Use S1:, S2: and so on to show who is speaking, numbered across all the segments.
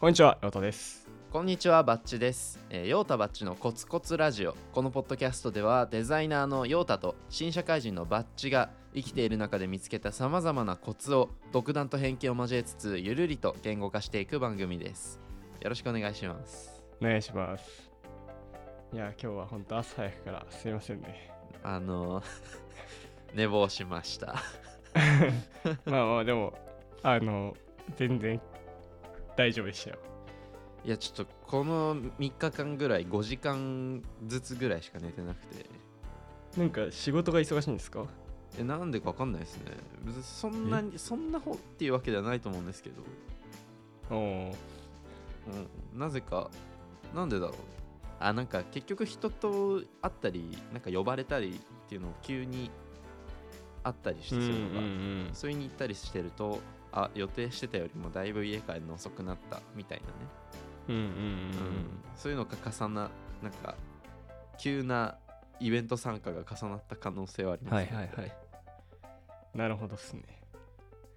S1: こんにちは、ヨトです。
S2: こんにちはバッチです、えー、ヨータバッチのコツコツラジオこのポッドキャストではデザイナーのヨータと新社会人のバッチが生きている中で見つけたさまざまなコツを独断と偏見を交えつつゆるりと言語化していく番組ですよろしくお願いします
S1: お願いします。いや、今日は本当朝早くからすいませんね。
S2: あのー 寝坊しました
S1: まあまあ、でも、あの、全然大丈夫でしたよ。
S2: いやちょっとこの3日間ぐらい5時間ずつぐらいしか寝てなくて
S1: なんか仕事が忙しいんですか
S2: えなんでかわかんないですね別にそんなにそんな方っていうわけではないと思うんですけど
S1: おお。
S2: うん、なぜかなんでだろうあなんか結局人と会ったりなんか呼ばれたりっていうのを急に会ったりしてするのが、
S1: ん
S2: それに行ったりしてるとあ予定してたよりもだいぶ家帰るの遅くなったみたいなね、
S1: うんうんうん
S2: うんそういうのが重ななんか急なイベント参加が重なった可能性はあり
S1: うん。
S2: ます、
S1: はいはいはい。なるほどっすね。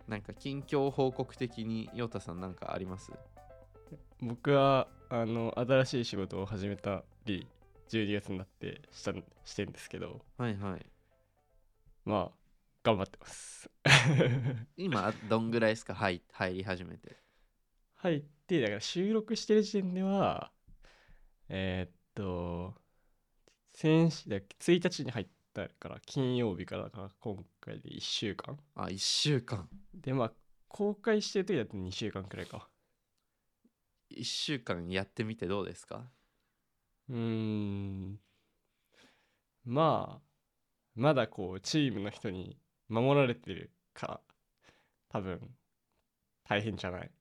S2: なんか近況報告的にヨタさんなんかあります
S1: 僕は、あの、新しい仕事を始めたり、12月になってしたんしてんですけど、
S2: はいはい
S1: まあ、頑張ってます。
S2: 今どんぐらいですか入入り始めて
S1: 入ってだから収録してる時点ではえーっと先週だ1日に入ったから金曜日からだから今回で1週間
S2: あ1週間
S1: でまあ公開してる時だと2週間くらいか
S2: 1週間やってみてどうですか
S1: うーんまあまだこうチームの人に守られてるから多分大変じゃない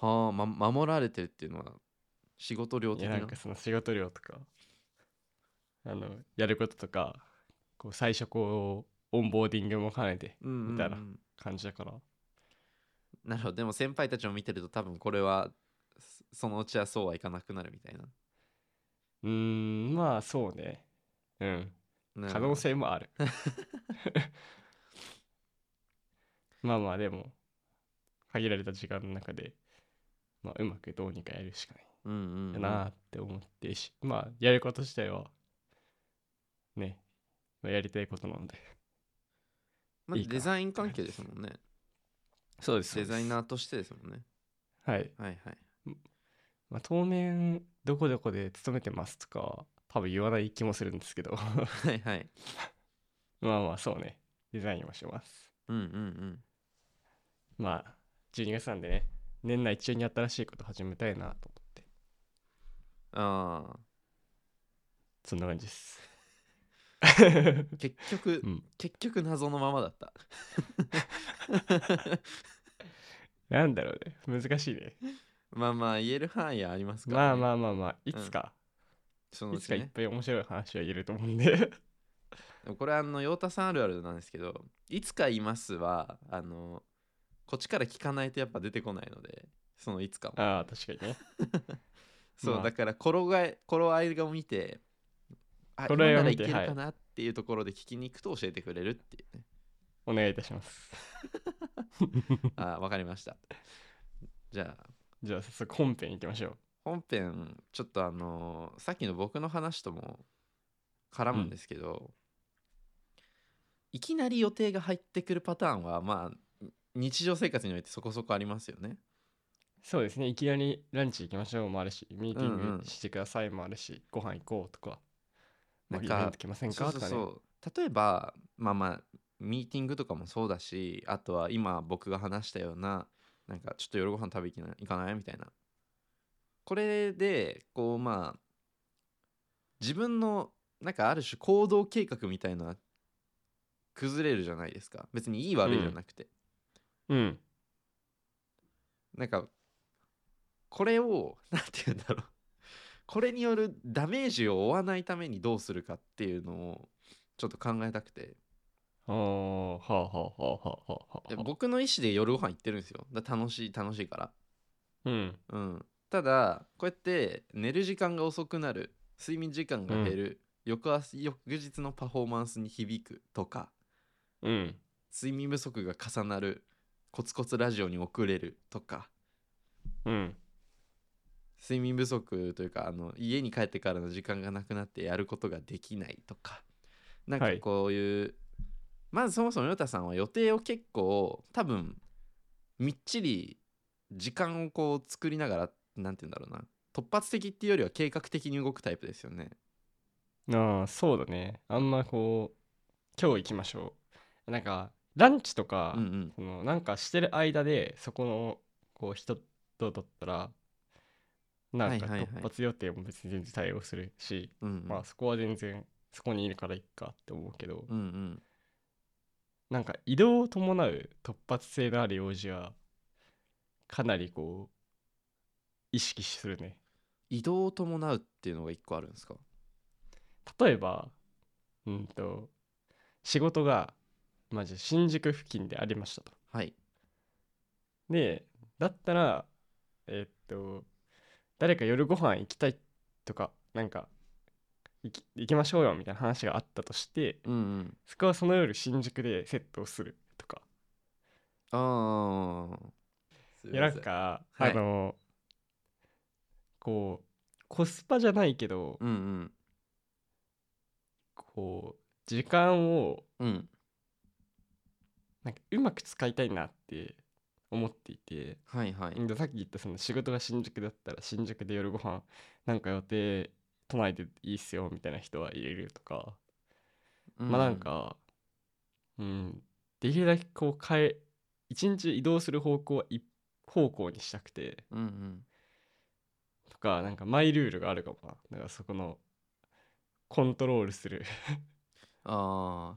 S2: はあ、ま、守られてるっていうのは仕事量
S1: い
S2: 的
S1: や
S2: な
S1: なんかその仕事量とかあのやることとかこう最初こうオンボーディングも兼ねて
S2: うんうんうん
S1: みたいな感じだから
S2: なるほどでも先輩たちを見てると多分これはそそのうちはそうはいかなくなるみたいな
S1: うーんまあそうねうん
S2: なる
S1: 可
S2: ほど
S1: 能性も あるまあまあでも限られた時間の中で、まあ、うまくどうにかやるしかない
S2: うんうんう
S1: だ
S2: ん
S1: なって思ってし、まあやること自体はねまあやりたいことなので
S2: まあ
S1: いいか
S2: デザイン関係ですもんね
S1: そうです
S2: デザイナ
S1: ー
S2: ーとしてですもんね
S1: はい
S2: はいはい
S1: まあ、当面どこどこで勤めてますとか多分言わない気もするんですけど
S2: はいはい
S1: まあまあそうねデザインをしてます
S2: うんうんうん
S1: まあ12月なんでね年内中に新しいこと始めたいなと思って
S2: あ
S1: そんな感じです
S2: あ結局、
S1: うん
S2: 結局謎のままだった
S1: なんだろうね難しいね
S2: まあまあ言える範囲はありますから、ね、
S1: まあまあま
S2: あ
S1: あまあいつか、
S2: そのう
S1: いつ
S2: ち、
S1: か
S2: ね、
S1: いっぱい面白い話は言えると思うんで
S2: でもこれあの陽太さんあるあるなんですけど「いつか言いますは」あのこっちから聞かないとやっぱ出てこないのでそのいつかも
S1: ああ確かにね
S2: そう、
S1: まあ
S2: だから転がえ頃合いを見てあ今
S1: 頃合い
S2: な
S1: を
S2: ら
S1: 見
S2: い
S1: て
S2: けるかなっていうところで聞きに行くと教えてくれるっていうね、
S1: お願いいたします
S2: あわかりましたじゃあ
S1: じゃあ早速本編いきましょう
S2: 本編ちょっとあのさっきの僕の話とも絡むんですけど、いきなり予定が入ってくるパターンはまあ日常生活においてそこそこありますよね
S1: そうですねいきなりランチ行きましょうもあるしミーティ
S2: うん
S1: ン
S2: うん
S1: グしてくださいもあるし、ご飯行こうとかまあ
S2: なん
S1: イ
S2: か
S1: ベント来ません
S2: そ
S1: か
S2: う
S1: と
S2: そ
S1: か
S2: う
S1: ね
S2: そう例えばまあまあミーティングとかもそうだしあとは今僕が話したようななんかちょっと夜ご飯食べ行きな行かないみたいなこれでこうまあ自分のなんかある種行動計画みたいのは崩れるじゃないですか別にいい悪いじゃなくて、
S1: うん
S2: なんかこれを なんて言うんだろうこれによるダメージを負わないためにどうするかっていうのをちょっと考えたくて
S1: ああはあはあはあはあはあはあ
S2: で僕の意思で夜ご飯行ってるんですよだ楽しい楽しいから
S1: うん
S2: うんただこうやって寝る時間が遅くなる睡眠時間が減る、翌朝翌日のパフォーマンスに響くとか
S1: うん
S2: 睡眠不足が重なるコツコツラジオに遅れるとか
S1: うん
S2: 睡眠不足というかあの家に帰ってからの時間がなくなってやることができないとかなんか
S1: はい
S2: こういう、まずそもそもヨタさんは予定を結構多分みっちり時間をこう作りながらなんて言うんだろうな突発的っていうよりは計画的に動くタイプですよね。
S1: ああそうだねあんまこう今日行きましょうなんかランチとか、
S2: うんうん、
S1: そのなんかしてる間でそこのこう人とだったらなんか
S2: はいはいは
S1: 突
S2: い
S1: 発予定も別に全然対応するし、
S2: うんうん
S1: まあそこは全然そこにいるからいっかって思うけど、
S2: うんうん、
S1: なんか移動を伴う突発性のある用事はかなりこう意識するね
S2: 移動を伴うっていうのが一個あるんですか
S1: 例えばうんと仕事がまあじゃあ新宿付近でありましたと
S2: はい。
S1: でだったらえーっと誰か夜ご飯行きたいとかなんか行き行きましょうよみたいな話があったとして
S2: うんうん、
S1: そこはその夜新宿でセットをするとか
S2: ああ。すい
S1: いやなん
S2: ません
S1: か、
S2: はい
S1: あのこうコスパじゃないけど、
S2: うんうん
S1: こう時間を
S2: うん
S1: なんかうまく使いたいなって思っていて、
S2: はいはい。
S1: でさっき言ったその仕事が新宿だったら新宿で夜ご飯なんか予定都内でいいっすよみたいな人は入れるとか、まあなんか、うん、できるだけこう変え一日移動する方向は一方向にしたくて。
S2: うんうん
S1: とかなんかマイルールがあるかもなだからそこのコントロールする
S2: あ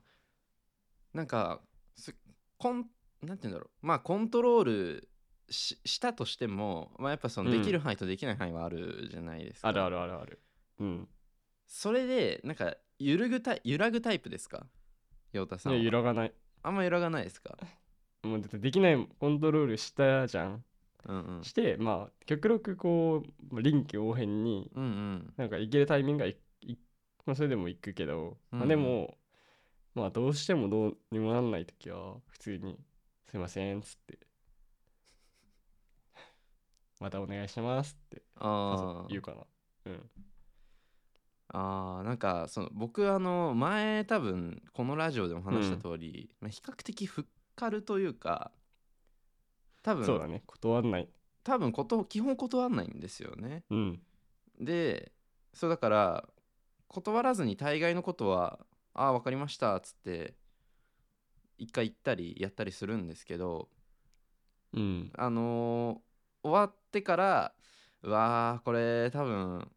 S2: ーなんかすコンなんて言うんだろうまあコントロールししたとしても、まあ、やっぱその
S1: うん
S2: できる範囲とできない範囲はあるじゃないですか、
S1: あるあるあるあるうん
S2: それでなんか揺るぐタイ揺らぐタイプですか陽太さん
S1: ね
S2: は
S1: 揺らがない
S2: あんま揺らがないですか
S1: もうだってできないコントロールしたじゃん
S2: うんうん
S1: してまあ極力こう臨機応変に
S2: うんうん
S1: なんか行けるタイミングがいいまあ、それでも行くけど、ま
S2: う
S1: あ、
S2: ん
S1: でもまあどうしてもどうにもなんない時は普通に「すいません」っつって 「またお願いします」って
S2: あー
S1: 言うかなうん
S2: あーなんかその僕あの前多分このラジオでも話した通り、まあ、比較的ふっかるというか多分
S1: そうだね断んない
S2: 多分こと基本断んないんですよね
S1: うん
S2: でそうだから断らずに大概のことは「ああ分かりました」っつって一回行ったりやったりするんですけど
S1: うん
S2: あのー終わってから「うわあこれ多分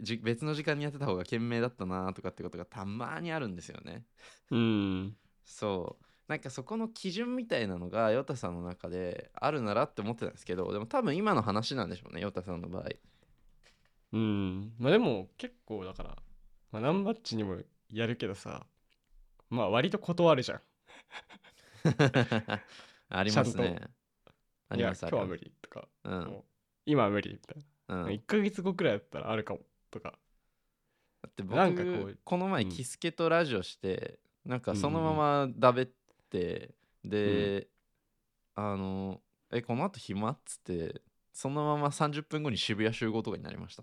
S2: じ別の時間にやってた方が賢明だったな」とかってことがたまにあるんですよね。
S1: うん
S2: そうなんかそこの基準みたいなのがヨタさんの中であるならって思ってたんですけどでも多分今の話なんでしょうねヨタさんの場合。
S1: うんまあでも結構だから、まあ、ナンバッチにもやるけどさまあ割と断るじゃん
S2: ありますね。あ
S1: い
S2: り
S1: や
S2: ます
S1: 今日は
S2: あります
S1: 無理とか
S2: うん
S1: 今は無理みたい
S2: うん
S1: な、
S2: だ
S1: 1ヶ月後くらいだったらあるかもとか
S2: って僕
S1: なんかこう
S2: この前
S1: うん
S2: キスケとラジオして、なんかそのままだべって、で、あの「えこのあと暇?」っつってそのまま30分後に渋谷集合とかになりました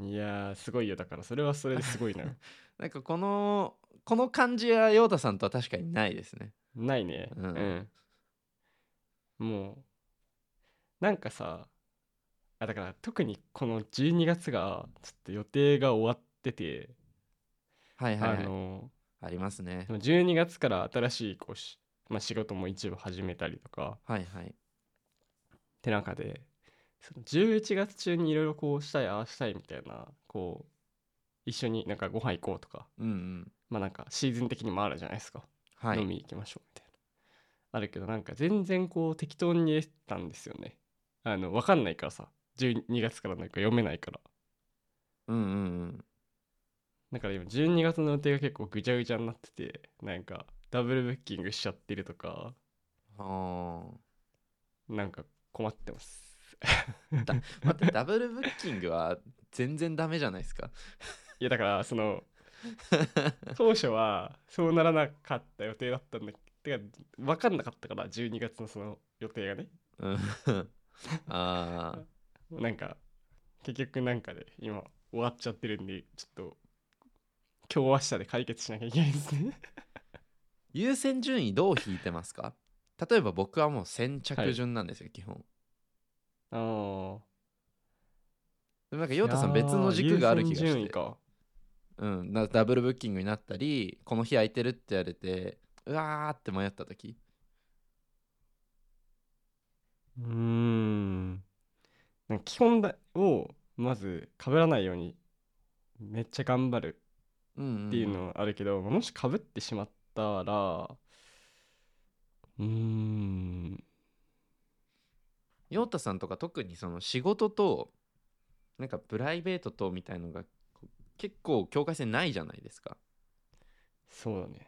S1: いやーすごいよだからそれはそれですご いな
S2: なんかこのこの感じは陽太さんとは確かにないですね
S1: ないね
S2: うん
S1: うん、もうなんかさあだから特にこの12月がちょっと予定が終わってて、
S2: はいはい、はい、
S1: あ
S2: あ
S1: の
S2: りますね
S1: でも12月から新しいこうし、まあ、仕事も一部始めたりとか
S2: はいはい
S1: って中でその11月中にいろいろこうしたいああしたいみたいなこう一緒になんかご飯行こうとか
S2: うんうん
S1: まあなんかシーズン的にもあるじゃないですか、
S2: はい
S1: 飲み行きましょうみたいなあるけどなんか全然こう適当に入れてたんですよねあの分かんないからさ12月からなんか読めないから
S2: うんうんうん
S1: だから今12月の予定が結構ぐちゃぐちゃになっててなんかダブルブッキングしちゃってるとか
S2: ああ
S1: なんか困ってます
S2: 待ってダブルブッキングは全然ダメじゃないですか
S1: いやだからその当初はそうならなかった予定だったんだけどてか分かんなかったから12月のその予定がね
S2: うん ああ
S1: なんか結局なんかで今終わっちゃってるんでちょっと今日明日で解決しなきゃいけないですね
S2: 優先順位どう引いてますか例えば僕はもう先着順なんですよ、基本
S1: ああ
S2: でもなんか陽太さん別の軸がある気が
S1: 優先
S2: し
S1: 順位
S2: て
S1: か
S2: うん、なダブルブッキングになったりこの日空いてるって言われてうわーって迷った時
S1: うーんなんか基本だをまず被らないようにめっちゃ頑張る
S2: うんんん
S1: っていうのはあるけど、もし被ってしまったらうーん
S2: 陽太さんとか特にその仕事となんかプライベートとみたいのがこう結構境界線ないじゃないですか
S1: そうだね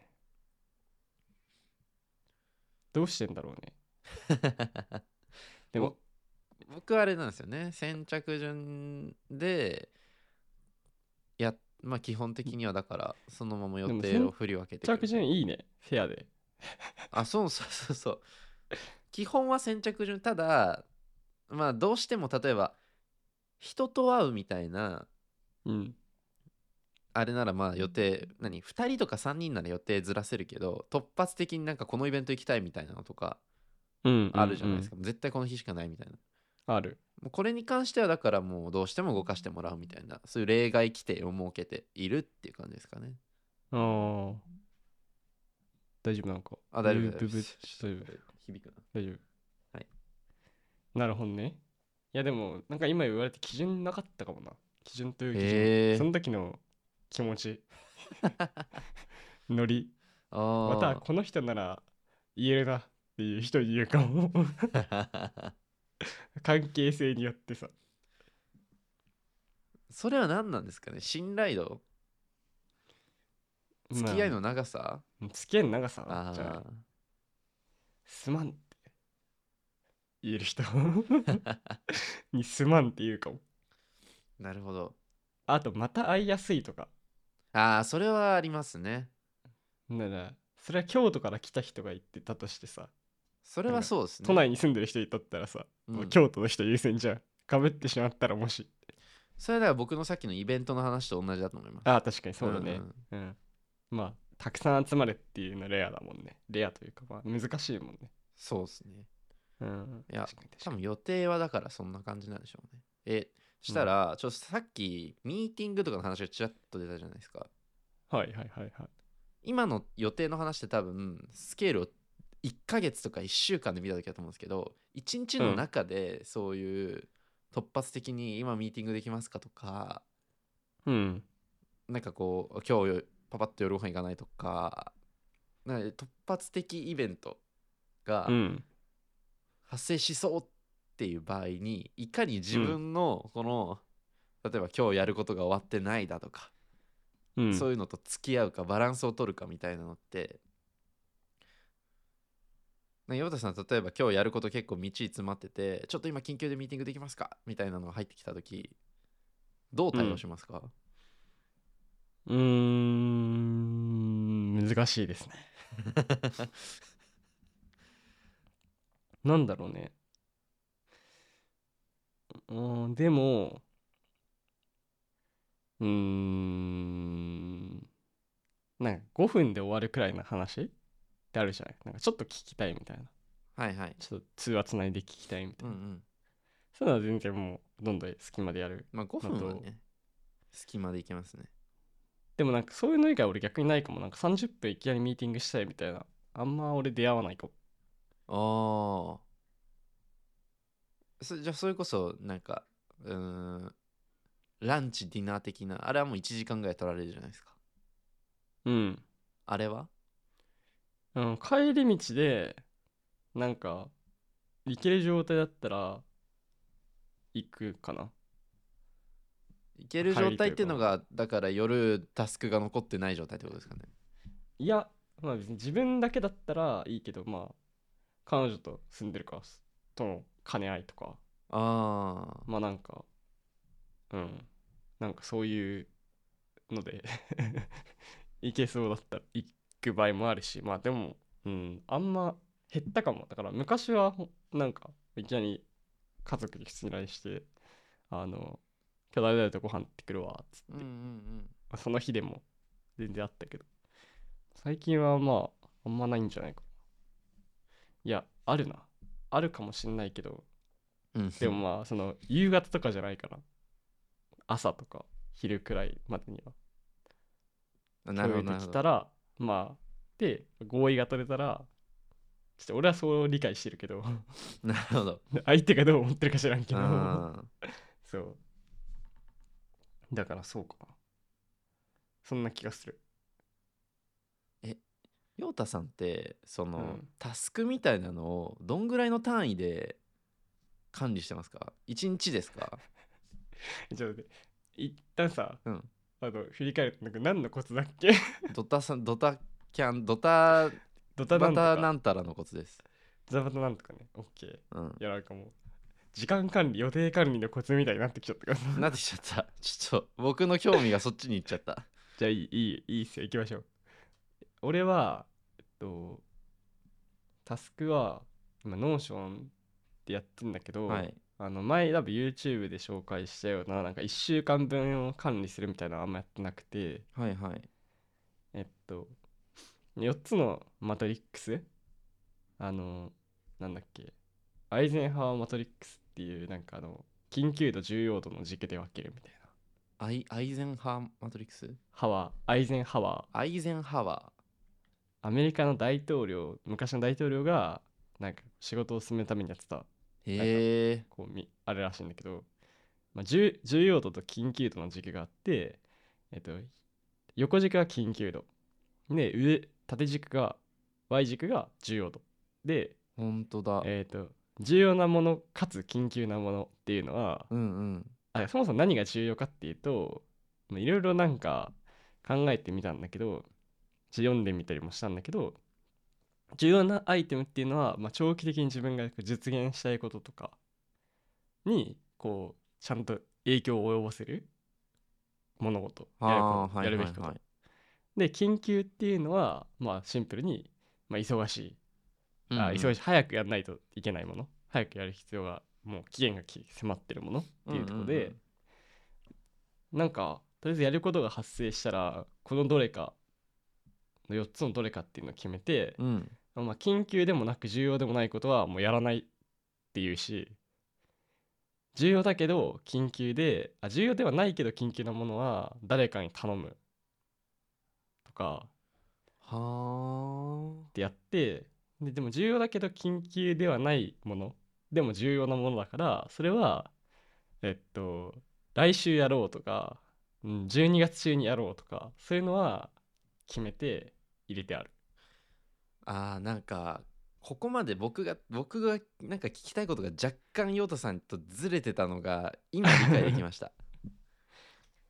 S1: どうしてんだろうねでも
S2: 僕はあれなんですよね先着順でやまあ基本的にはだからそのまま予定
S1: でも
S2: を振り分けてくる
S1: 着順いいねフェアで
S2: あそうそうそうそう基本は先着順ただまあどうしても例えば人と会うみたいな
S1: うん
S2: あれならまあ予定何2人とか3人なら予定ずらせるけど突発的になんかこのイベント行きたいみたいなのとか
S1: うん
S2: あるじゃないです
S1: か、
S2: か、絶対この日しかないみたいな
S1: ある
S2: もうこれに関してはだからもうどうしても動かしてもらうみたいなそういう例外規定を設けているっていう感じですかね
S1: あー大丈夫なんか
S2: あ大丈夫
S1: ブブブ大
S2: 大丈
S1: 丈夫
S2: 響くな
S1: 大丈夫
S2: はい
S1: なるほどねいやでもなんか今言われて基準なかったかもな基準という基準、
S2: へー
S1: その時の気持 ちノリ
S2: あー
S1: またこの人なら言えるなっていう人に言うか も関係性によってさ
S2: それは何なんですかね信頼度付き合いの長さ、
S1: まあ付き合いの長さ
S2: あ
S1: じゃあ
S2: ー
S1: すまんって言える人 にすまんって言うかも
S2: なるほど
S1: あとまた会いやすいとか
S2: ああそれはありますね
S1: ならそれは京都から来た人が言ってたとしてさ
S2: それはそうですね
S1: 都内に住んでる人いたったらさ、
S2: うん
S1: もう京都の人優先じゃんかぶってしまったらもし
S2: それはだから僕のさっきのイベントの話と同じだと思います
S1: ああ確かにそうだ
S2: う
S1: ね
S2: ん
S1: うん、まあたくさん集まるっていうのはレアだもんねレアというかまあ難しいもんね
S2: そうですね
S1: うん
S2: いや
S1: 確かに確
S2: 多
S1: かに
S2: 分予定はだからそんな感じなんでしょうねえしたら、ちょっとさっきミーティングとかの話がちらっと出たじゃないですか
S1: はいはいはいはい
S2: 今の予定の話って多分スケールを1ヶ月とか1週間で見た時だと思うんですけど1日の中でそういう突発的に今ミーティングできますかとか、
S1: うん
S2: なんかこう今日よパパッと夜ご飯行かないとかなんか突発的イベントが
S1: うん
S2: 発生しそうっていう場合にいかに自分のこの、例えば今日やることが終わってないだとか、
S1: うん
S2: そういうのと付き合うかバランスを取るかみたいなのって。ね、岩田さん例えば今日やること結構道詰まっててちょっと今緊急でミーティングできますかみたいなのが入ってきた時どう対応しますか、
S1: うーん難しいですね なんだろうねうーんでもうーんなんか5分で終わるくらいの話ってあるじゃないなんかちょっと聞きたいみたいな
S2: はいはい
S1: ちょっと通話つないで聞きたいみた
S2: う
S1: い
S2: んう
S1: な、
S2: ん
S1: そういうのは全然もうどんどん隙間でやる
S2: まあ5分は
S1: あと
S2: ね隙間でいけますね
S1: でもなんかそういうの以外俺逆にないかもなんか30分いきなりミーティングしたいみたいなあんま俺出会わないかも
S2: ああ。そじゃあ、それこそ、なんか、うーん、ランチ、ディナー的な、あれはもう1時間ぐらい取られるじゃないですか。
S1: うん、
S2: あれは
S1: うん、帰り道でなんか行ける状態だったら行くかない
S2: ける状態っていうのが、だから夜、タスクが残ってない状態ってことですかね。
S1: いやまあ別に自分だけだったらいいけどまあ彼女と住んでるからとの兼ね合いとか
S2: ああ。
S1: まあなんかうんなんかそういうので 行けそうだったら行く場合もあるしまあでもうんあんま減ったかもだから昔はほなんかいきなり家族に普通に LINE して「あの今日誰々とご飯行ってくるわ」っつって、
S2: うんうんうん
S1: まあその日でも全然あったけど最近はまああんまないんじゃないかいやあるなあるかもしんないけど
S2: うん
S1: でもまあその夕方とかじゃないかな朝とか昼くらいまでには
S2: あなるほ
S1: 届
S2: どない
S1: て
S2: るほ
S1: き
S2: ど
S1: たらまあで合意が取れたらちょっと俺はそう理解してるけど
S2: なるほど
S1: 相手がどう思ってるか知らんけど
S2: あ
S1: そうだからそうかなそんな気がする
S2: ー陽太さんってその、
S1: うん
S2: タスクみたいなのをどんぐらいの単位で管理してますか一日ですか
S1: ちょっと待って一旦さ、
S2: うん
S1: あの振り返るとなんか何のことだっ け
S2: ドタさんドタキャンドタ
S1: ドタ
S2: バ
S1: なんと
S2: タ
S1: か
S2: なんたらのコツです、
S1: ドタバタなんとかねオッケー
S2: うん、
S1: いやなんかもう時間管理予定管理のコツみたいになってきちゃったからさ
S2: なってきちゃったちょっと僕の興味がそっちに行っちゃった
S1: じゃあいいいいいいっすよ行きましょう俺はえっとタスクは今ノーションでやってんだけど、
S2: はい
S1: あの前多分 YouTube で紹介したようななんか1週間分を管理するみたいなのはあんまやってなくて
S2: はいはい
S1: えっと4つのマトリックスあのなんだっけアイゼンハワーマトリックスっていうなんかあの緊急度重要度の軸で分けるみたいな
S2: アイアイゼンハーマトリックス
S1: ハワーアイゼンハワー
S2: アイゼンハワ
S1: アメリカの大統領昔の大統領がなんか仕事を進めるためにやってた
S2: ーへえ
S1: こうみあれらしいんだけど、まあ、重重要度と緊急度の軸があって、えっと、横軸が緊急度で上縦軸が Y 軸が重要度で、
S2: ほんとだ
S1: えっと、重要なものかつ緊急なものっていうのは
S2: うんうん
S1: あそもそも何が重要かっていうとまあいろいろなんか考えてみたんだけどちょ読んでみたりもしたんだけど重要なアイテムっていうのは、まあ、長期的に自分が実現したいこととかにこうちゃんと影響を及ぼせる物事やる
S2: あ
S1: こ
S2: ー
S1: と
S2: はい
S1: やるべ
S2: は
S1: き
S2: い
S1: こと、
S2: はい
S1: で緊急っていうのは、まあ、シンプルに、まあ、忙しい
S2: うんうん
S1: あ急いし早くやらないといけないもの早くやる必要がもう期限がき迫ってるものっていうところで、
S2: うんうん
S1: なんかとりあえずやることが発生したらこのどれかの4つのどれかっていうのを決めて、
S2: うん
S1: まあ、緊急でもなく重要でもないことはもうやらないっていうし重要だけど緊急であ重要ではないけど緊急なものは誰かに頼むとか
S2: は
S1: ってやってででも重要だけど緊急ではないものでも重要なものだからそれはえっと来週やろうとかうん12月中にやろうとかそういうのは決めて入れてある
S2: ああーなんかここまで僕が僕がなんか聞きたいことが若干陽太さんとずれてたのが今理解できま した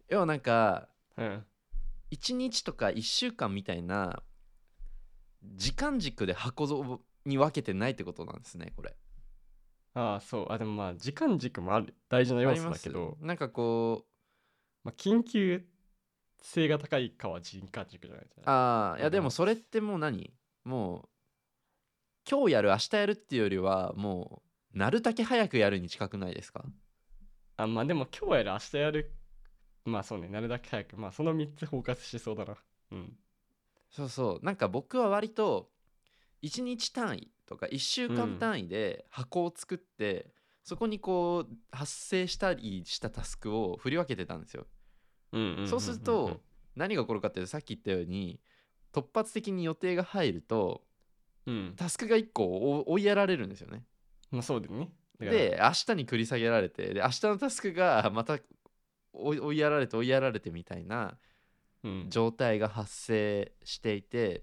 S2: 要はなんか
S1: うん
S2: 1日とか1週間みたいな時間軸で箱に分けてないってことなんですねこれ。
S1: ああそうあでもまあ時間軸もある大事な要素だけ
S2: あり
S1: ど
S2: ますなんかこ
S1: ま、あ、緊急性が高いかは時間軸じゃないじゃ
S2: うああいやで
S1: う
S2: も
S1: ん
S2: それってもう何もう今日やる明日やるっていうよりはもうなるだけ早くやるに近くないですか
S1: あまあでも今日やる明日やるまあそうねなるだけ早くまあその3つ包括しそうだなうん
S2: そうそうなんか僕は割と1日単位とか1週間単位で箱を作って、そこにこう発生したりしたタスクを振り分けてたんですよ。
S1: うんんんんん
S2: そうすると何が起こるかっていうとさっき言ったように突発的に予定が入ると
S1: うん
S2: タスクが1個追追いやられるんですよね。
S1: まあそうだよね。だから、
S2: で明日に繰り下げられてで明日のタスクが また追い追いやられて追いやられてみたいな
S1: うん、
S2: 状態が発生していて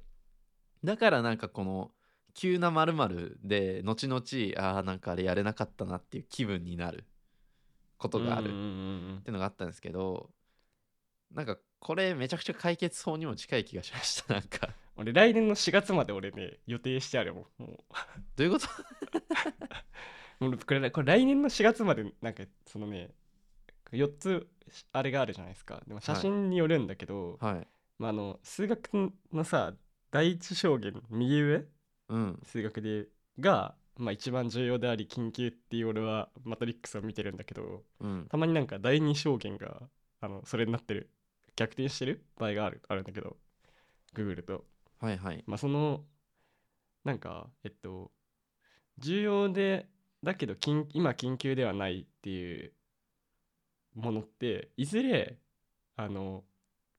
S2: だからなんかこの急な〇〇で後々あーなんかあれやれなかったなっていう気分になることがある
S1: うんう
S2: っ
S1: んうん
S2: ていうのがあったんですけどなんかこれめちゃくちゃ解決法にも近い気がしました なんか
S1: 俺、来年の4月まで俺ね、予定してあるもん。も
S2: どういうこと
S1: う、もうこれ、これ来年の4月まで、なんか、そのね、4つ、あれがあるじゃないですか。でも、写真によるんだけど、
S2: はい
S1: まあ、あの、数学のさ、第一象限、右上、
S2: うん
S1: 数学で、が、まあ、一番重要であり緊急っていう俺はマトリックスを見てるんだけど
S2: うん
S1: たまになんか第二証言があのそれになってる逆転してる場合があるあるんだけどググると
S2: はいはい
S1: まあそのなんかえっと重要でだけど緊今緊急ではないっていうものっていずれあの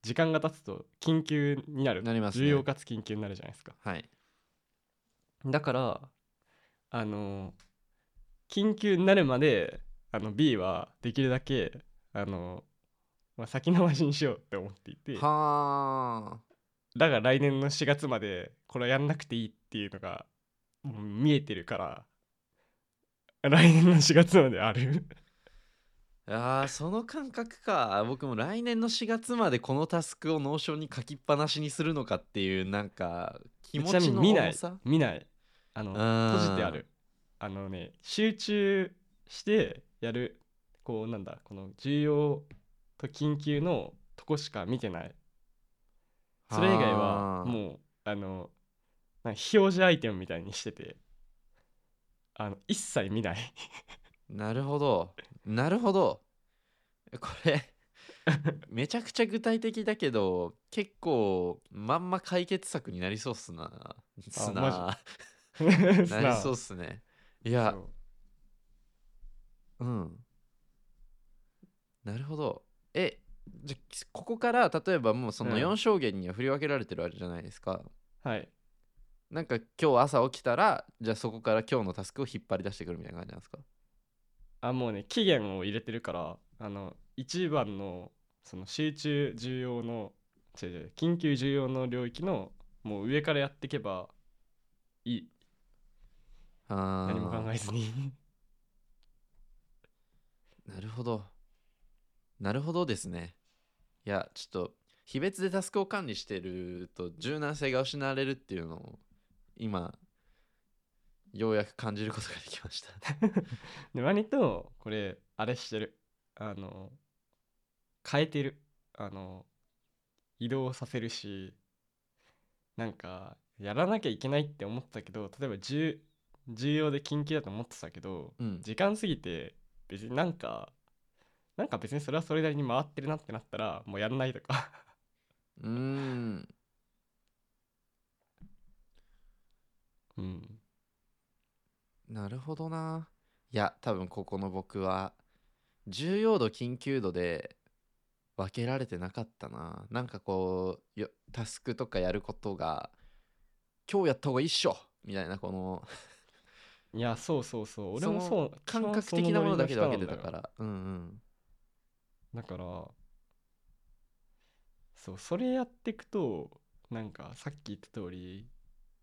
S1: 時間が経つと緊急になる
S2: なりますね
S1: 重要かつ緊急になるじゃないですか
S2: はい
S1: だからあの緊急になるまであの B はできるだけあの、まあ、先延ばしにしようって思っていて
S2: はあ
S1: だが来年の4月までこれやんなくていいっていうのがもう見えてるから来年の4月まである
S2: あーその感覚か僕も来年の4月までこのタスクをノーションに書きっぱなしにするのかっていうなんか気持
S1: ちなみ
S2: ち
S1: に
S2: の
S1: 見ない
S2: 重さ
S1: 見ないあの
S2: あー
S1: 閉じてあるあのね集中してやるこうなんだこの重要と緊急のとこしか見てないそれ以外は
S2: あー
S1: もうあのなんか非表示アイテムみたいにしててあの一切見ない
S2: なるほどなるほどこれ めちゃくちゃ具体的だけど結構まんま解決策になりそうっすなすな
S1: マな
S2: なりそうっすねい
S1: い
S2: やうんなるほどえじゃここから例えばもうその
S1: うん
S2: 4証言には振り分けられてるわけじゃないですか、
S1: はい
S2: なんか今日朝起きたらじゃあそこから今日のタスクを引っ張り出してくるみたいな感じなんですか
S1: あもうね期限を入れてるからあの一番のその集中重要の違う違う緊急重要の領域のもう上からやっていけばいい
S2: あ
S1: 何も考えずに
S2: えなるほどなるほどですねいやちょっと非別でタスクを管理してると柔軟性が失われるっていうのを今ようやく感じることができました
S1: で割とこれあれしてるあの変えてるあの移動させるしなんかやらなきゃいけないって思ってたけど例えば重重要で緊急だと思ってたけど
S2: うん
S1: 時間過ぎて別になんかなんか別にそれはそれなりに回ってるなってなったらもうやんないとか
S2: うーん
S1: うん
S2: なるほどないや多分ここの僕は重要度緊急度で分けられてなかったななんかこうよタスクとかやることが今日やった方がいいっしょみたいなこの
S1: いやそうそうそう俺
S2: そ
S1: も
S2: の
S1: そう
S2: 感覚的なものだけで分けてた
S1: 基本そのノリの人なん
S2: か
S1: だよ
S2: らうんうん
S1: だからそうそれやっていくとなんかさっき言った通り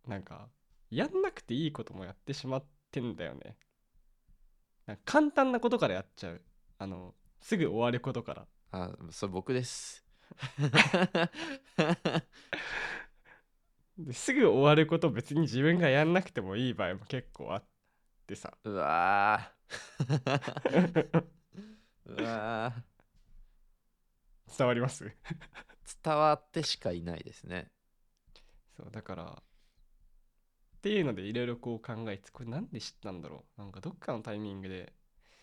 S1: なんかやんなくていいこともやってしまってんだよねなんか簡単なことからやっちゃうあのすぐ終わることから
S2: あそれ僕です
S1: ですぐ終わること別に自分がやんなくてもいい場合も結構あってさ
S2: うわー うわー
S1: 伝わります
S2: 伝わってしかいないですね
S1: そうだからっていうのでいろいろこう考えてこれなんで知ったんだろうなんかどっかのタイミングで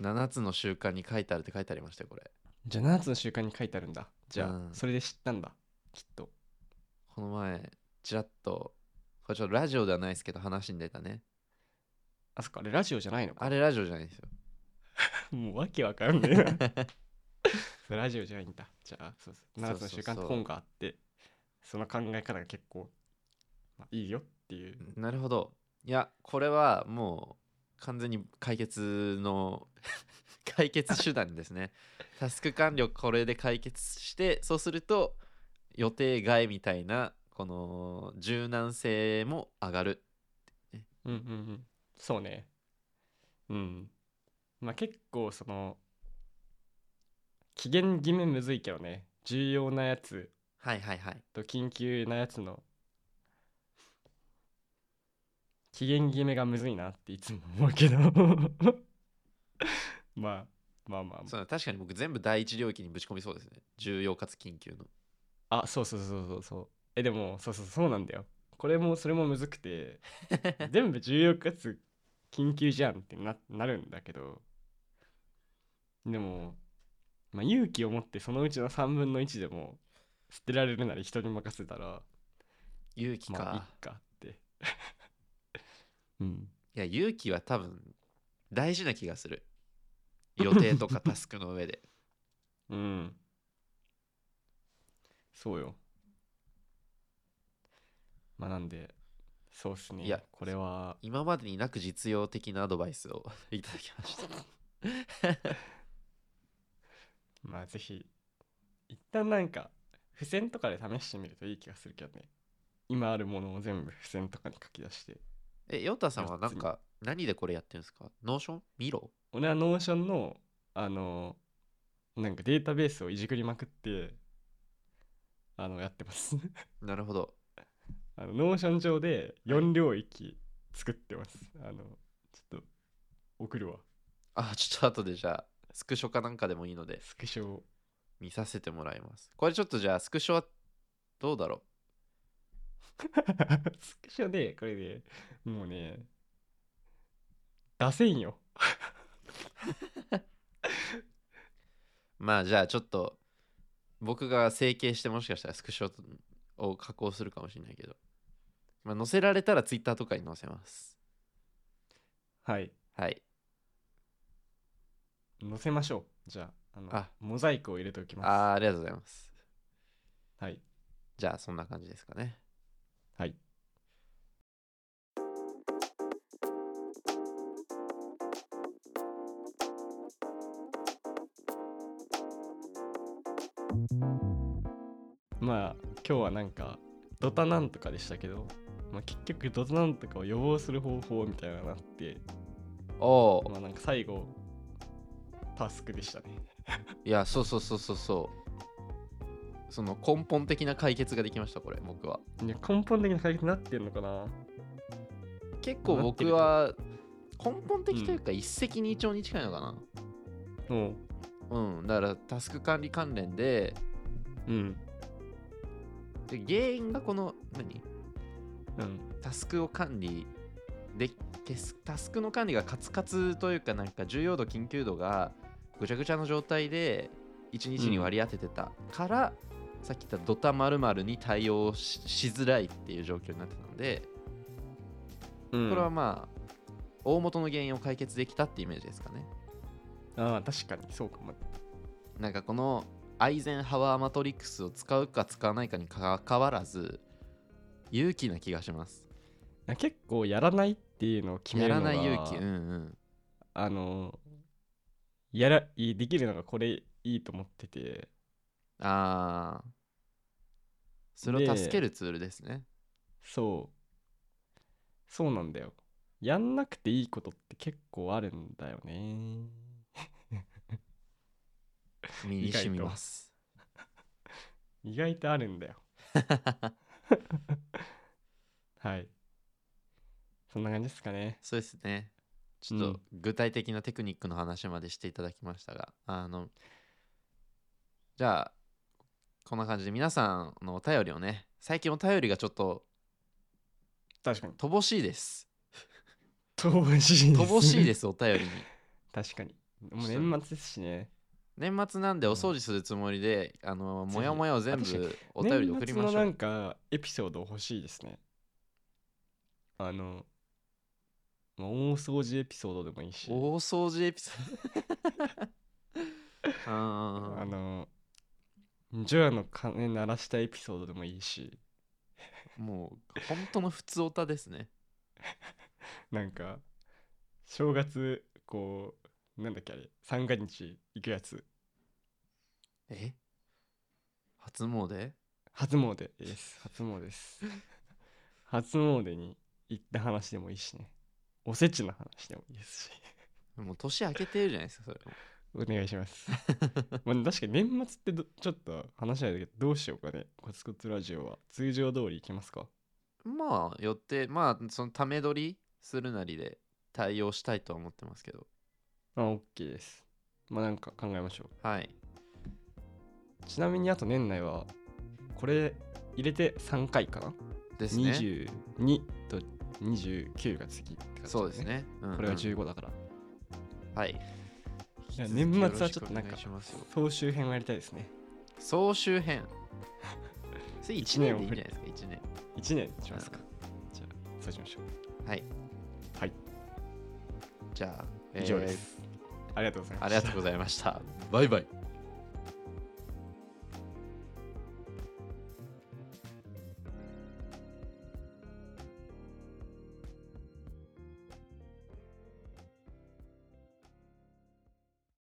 S2: 7つの習慣に書いてあるって書いてありましたよこれ
S1: じゃあ7つの習慣に書いてあるんだじゃあ、
S2: うん
S1: それで知ったんだきっと
S2: この前ちらっとこれちょっとラジオではないですけど話に出たね
S1: あそっかあれラジオじゃないのか
S2: あれラジオじゃないですよ
S1: もうわけわかんねえな そうラジオじゃないんだじゃあそうそう7つ
S2: そ
S1: の
S2: うそ
S1: 習
S2: うそう
S1: 慣って本があってその考え方が結構、まあ、いいよっていう
S2: なるほどいやこれはもう完全に解決の 解決手段ですねタスク完了これで解決してそうすると予定外みたいなこの柔軟性も上がる
S1: うんうんうんそうねうんまあ結構その期限決めむずいけどね重要なやつ
S2: はいはいはい
S1: と緊急なやつの期限決めがむずいなっていつも思うけど まあまあまあまあ
S2: そう確かに僕全部第一領域にぶち込みそうですね重要かつ緊急の
S1: あそうそうそうそうそうえ でもそうそうそうなんだよこれもそれもむずくて全部重要かつ緊急じゃんってななるんだけどでも、まあ、勇気を持ってそのうちの3分の1でも捨てられるなら人に任せたら
S2: 勇気か、
S1: まあいっかって うん
S2: いや勇気は多分大事な気がする予定とかタスクの上で
S1: うんそうよまあなんでそうっすね
S2: いや
S1: これは
S2: 今までになく実用的なアドバイスを いただきました
S1: まあぜひ一旦なんか付箋とかで試してみるといい気がするけどね今あるものを全部付箋とかに書き出して
S2: えヨタさんはな
S1: 四つ
S2: ん
S1: に
S2: か何でこれやってるんですかノーションミロ
S1: 俺はノーションのあのなんかデータベースをいじくりまくってあのやってます
S2: なるほど
S1: あのノーション上で4領域作ってますあのちょっと送るわ
S2: あちょっと後でじゃあスクショかなんかでもいいので
S1: スクショを
S2: 見させてもらいますこれちょっとじゃあスクショはどうだろ
S1: スクショでこれでもうね出せんよ
S2: うまあじゃあちょっと僕が整形してもしかしたらスクショを加工するかもしれないけど、まあ、載せられたらツイッターとかに載せます
S1: はい
S2: はい
S1: 載せましょうじゃああの
S2: あ
S1: モザイクを入れておきます
S2: あーありがとうございます
S1: はい
S2: じゃあそんな感じですかね
S1: はいまあ今日はなんかドタなんとかでしたけど、まあ、結局ドタなんとかを予防する方法みたいなのがあって
S2: おお
S1: まあなんか最後タスクでしたね
S2: いやそうそうそうそうそうその根本的な解決ができましたこれ僕はい
S1: や根本的な解決になってんのかな
S2: 結構僕は根本的というか一石二鳥に近いのかな
S1: も
S2: うん、だからタスク管理関連で
S1: ううん
S2: で原因がこの何
S1: うん
S2: タスクを管理でけすタスクの管理がカツカツというかなんか重要度緊急度がぐちゃぐちゃの状態で1日に割り当ててたから、さっき言ったドタ〇〇に対応ししづらいっていう状況になってたので
S1: うん
S2: これはまあ大元の原因を解決できたってイメージですかね
S1: ああ確かにそうかも
S2: なんかこのアイゼンハワーマトリックスを使うか使わないかにかかわらず勇気な気がします
S1: あ結構やらないっていうのを決め
S2: や
S1: る
S2: ら
S1: のが
S2: ない勇気うんうん
S1: あのやらいできるのがこれいいと思ってて
S2: ああ。それを助けるツールですね。
S1: そうそうなんだよやんなくていいことって結構あるんだよね
S2: 身に染みます。
S1: 意外とある んだよはいそんな感じですかね
S2: そうですね。ちょっ
S1: う
S2: と
S1: ん
S2: 具体的なテクニックの話までしていただきましたが、あの、じゃあ、こんな感じで皆さんのお便りをね、最近お便りがちょっと
S1: 確かに
S2: 乏しい です。
S1: 乏しいです
S2: 乏しいですす、お 便りに。
S1: 確かにもう年末ですしね
S2: 年末なんでお掃除するつもりで、あの、
S1: ぜひ
S2: もやもやを全
S1: 私
S2: 部お便りで送りま
S1: 年
S2: し
S1: 末の
S2: ょ
S1: なん
S2: う。
S1: かエピソード欲しいですねあの、まあ、大掃除エピソードでもいいし
S2: 大掃除エピソ ード。あー
S1: あのジョヤの鐘鳴らしたエピソードでもいいし
S2: もう本当の普通オタですね。
S1: なんか正月こうなんだっけあれ三が日行くやつ
S2: え初詣
S1: 初詣です初詣です 初詣に行った話でもいいしねおせちの話でもいいですし
S2: もう年明けてるじゃないですか、それ。
S1: お願いします。 まあ、確かに年末ってどちょっと話し合いだけど、どうしようかね。コツコツラジオは通常通り行きますか
S2: まあ、よって、まあ、そのため撮りするなりで対応したいとは思ってますけど。
S1: あ、OK です。まあなんか考えましょ
S2: はい。
S1: う。ちなみにあと年内は、これ入れて3回かな、
S2: ですね。
S1: ?22 と29が次って感じだね
S2: そうです。ね。うんうん
S1: これが15だから。
S2: はい。
S1: いや年末はちょっとなん
S2: よ
S1: か
S2: ろしくお願いしますよ
S1: 総集編をやりたいですね。
S2: 総集 編。それ1年でいいんじゃないですか、1年。
S1: 1年にしますか。じゃあ、そうしましょう。
S2: はい。
S1: はい。
S2: じゃあ、えー
S1: 以上です。ありがとうございま
S2: あ
S1: した
S2: りがとうございました。バイバイ。